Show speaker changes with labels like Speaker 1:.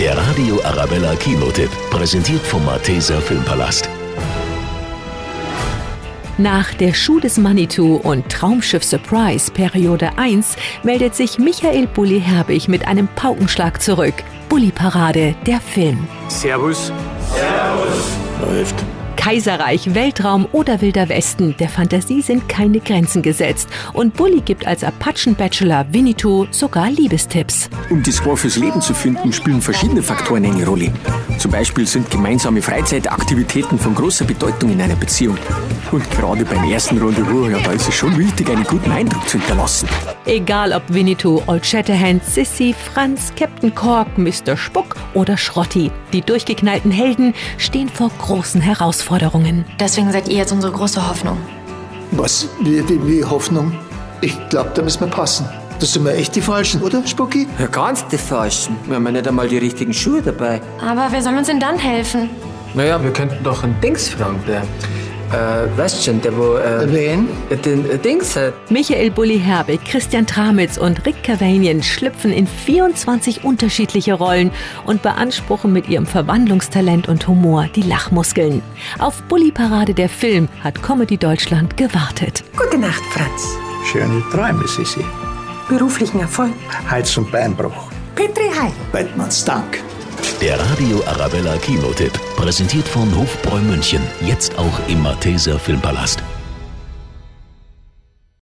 Speaker 1: Der Radio Arabella Kinotipp, präsentiert vom Malteser Filmpalast.
Speaker 2: Nach Der Schuh des Manitou und Traumschiff Surprise Periode 1 meldet sich Michael Bulli Herbig mit einem Paukenschlag zurück. Bulli Parade, der Film.
Speaker 3: Servus.
Speaker 4: Läuft.
Speaker 2: Kaiserreich, Weltraum oder Wilder Westen, der Fantasie sind keine Grenzen gesetzt. Und Bulli gibt als Apachen-Bachelor Winnetou sogar Liebestipps.
Speaker 4: Um das Paar fürs Leben zu finden, spielen verschiedene Faktoren eine Rolle. Zum Beispiel sind gemeinsame Freizeitaktivitäten von großer Bedeutung in einer Beziehung. Und gerade beim ersten Rendezvous, ja, da ist es schon wichtig, einen guten Eindruck zu hinterlassen.
Speaker 2: Egal ob Winnetou, Old Shatterhand, Sissy, Franz, Captain Cork, Mr. Spuck oder Schrotti, die durchgeknallten Helden stehen vor großen Herausforderungen.
Speaker 5: Deswegen seid ihr jetzt unsere große Hoffnung.
Speaker 6: Was? Wie, wie, wie Hoffnung? Ich glaube, da müssen wir passen. Das sind wir echt die Falschen, oder, Spucki?
Speaker 7: Ja, ganz die Falschen. Wir haben ja nicht einmal die richtigen Schuhe dabei.
Speaker 5: Aber wer soll uns denn dann helfen?
Speaker 3: Naja, wir könnten doch einen Dings fragen, der. Äh, weißt schon, der wo. Äh,
Speaker 6: Wen?
Speaker 3: den äh, Dings hat.
Speaker 2: Michael Bulli Herbig, Christian Tramitz und Rick Cavanian schlüpfen in 24 unterschiedliche Rollen und beanspruchen mit ihrem Verwandlungstalent und Humor die Lachmuskeln. Auf Bulli Parade der Film hat Comedy Deutschland gewartet.
Speaker 8: Gute Nacht, Franz.
Speaker 9: Schöne Träume, Sissi.
Speaker 8: Beruflichen Erfolg.
Speaker 9: Hals- und Beinbruch.
Speaker 8: Petri Heil.
Speaker 9: Bettmanns Dank.
Speaker 1: Der Radio Arabella Kinotipp, präsentiert von Hofbräu München, jetzt auch im Malteser Filmpalast.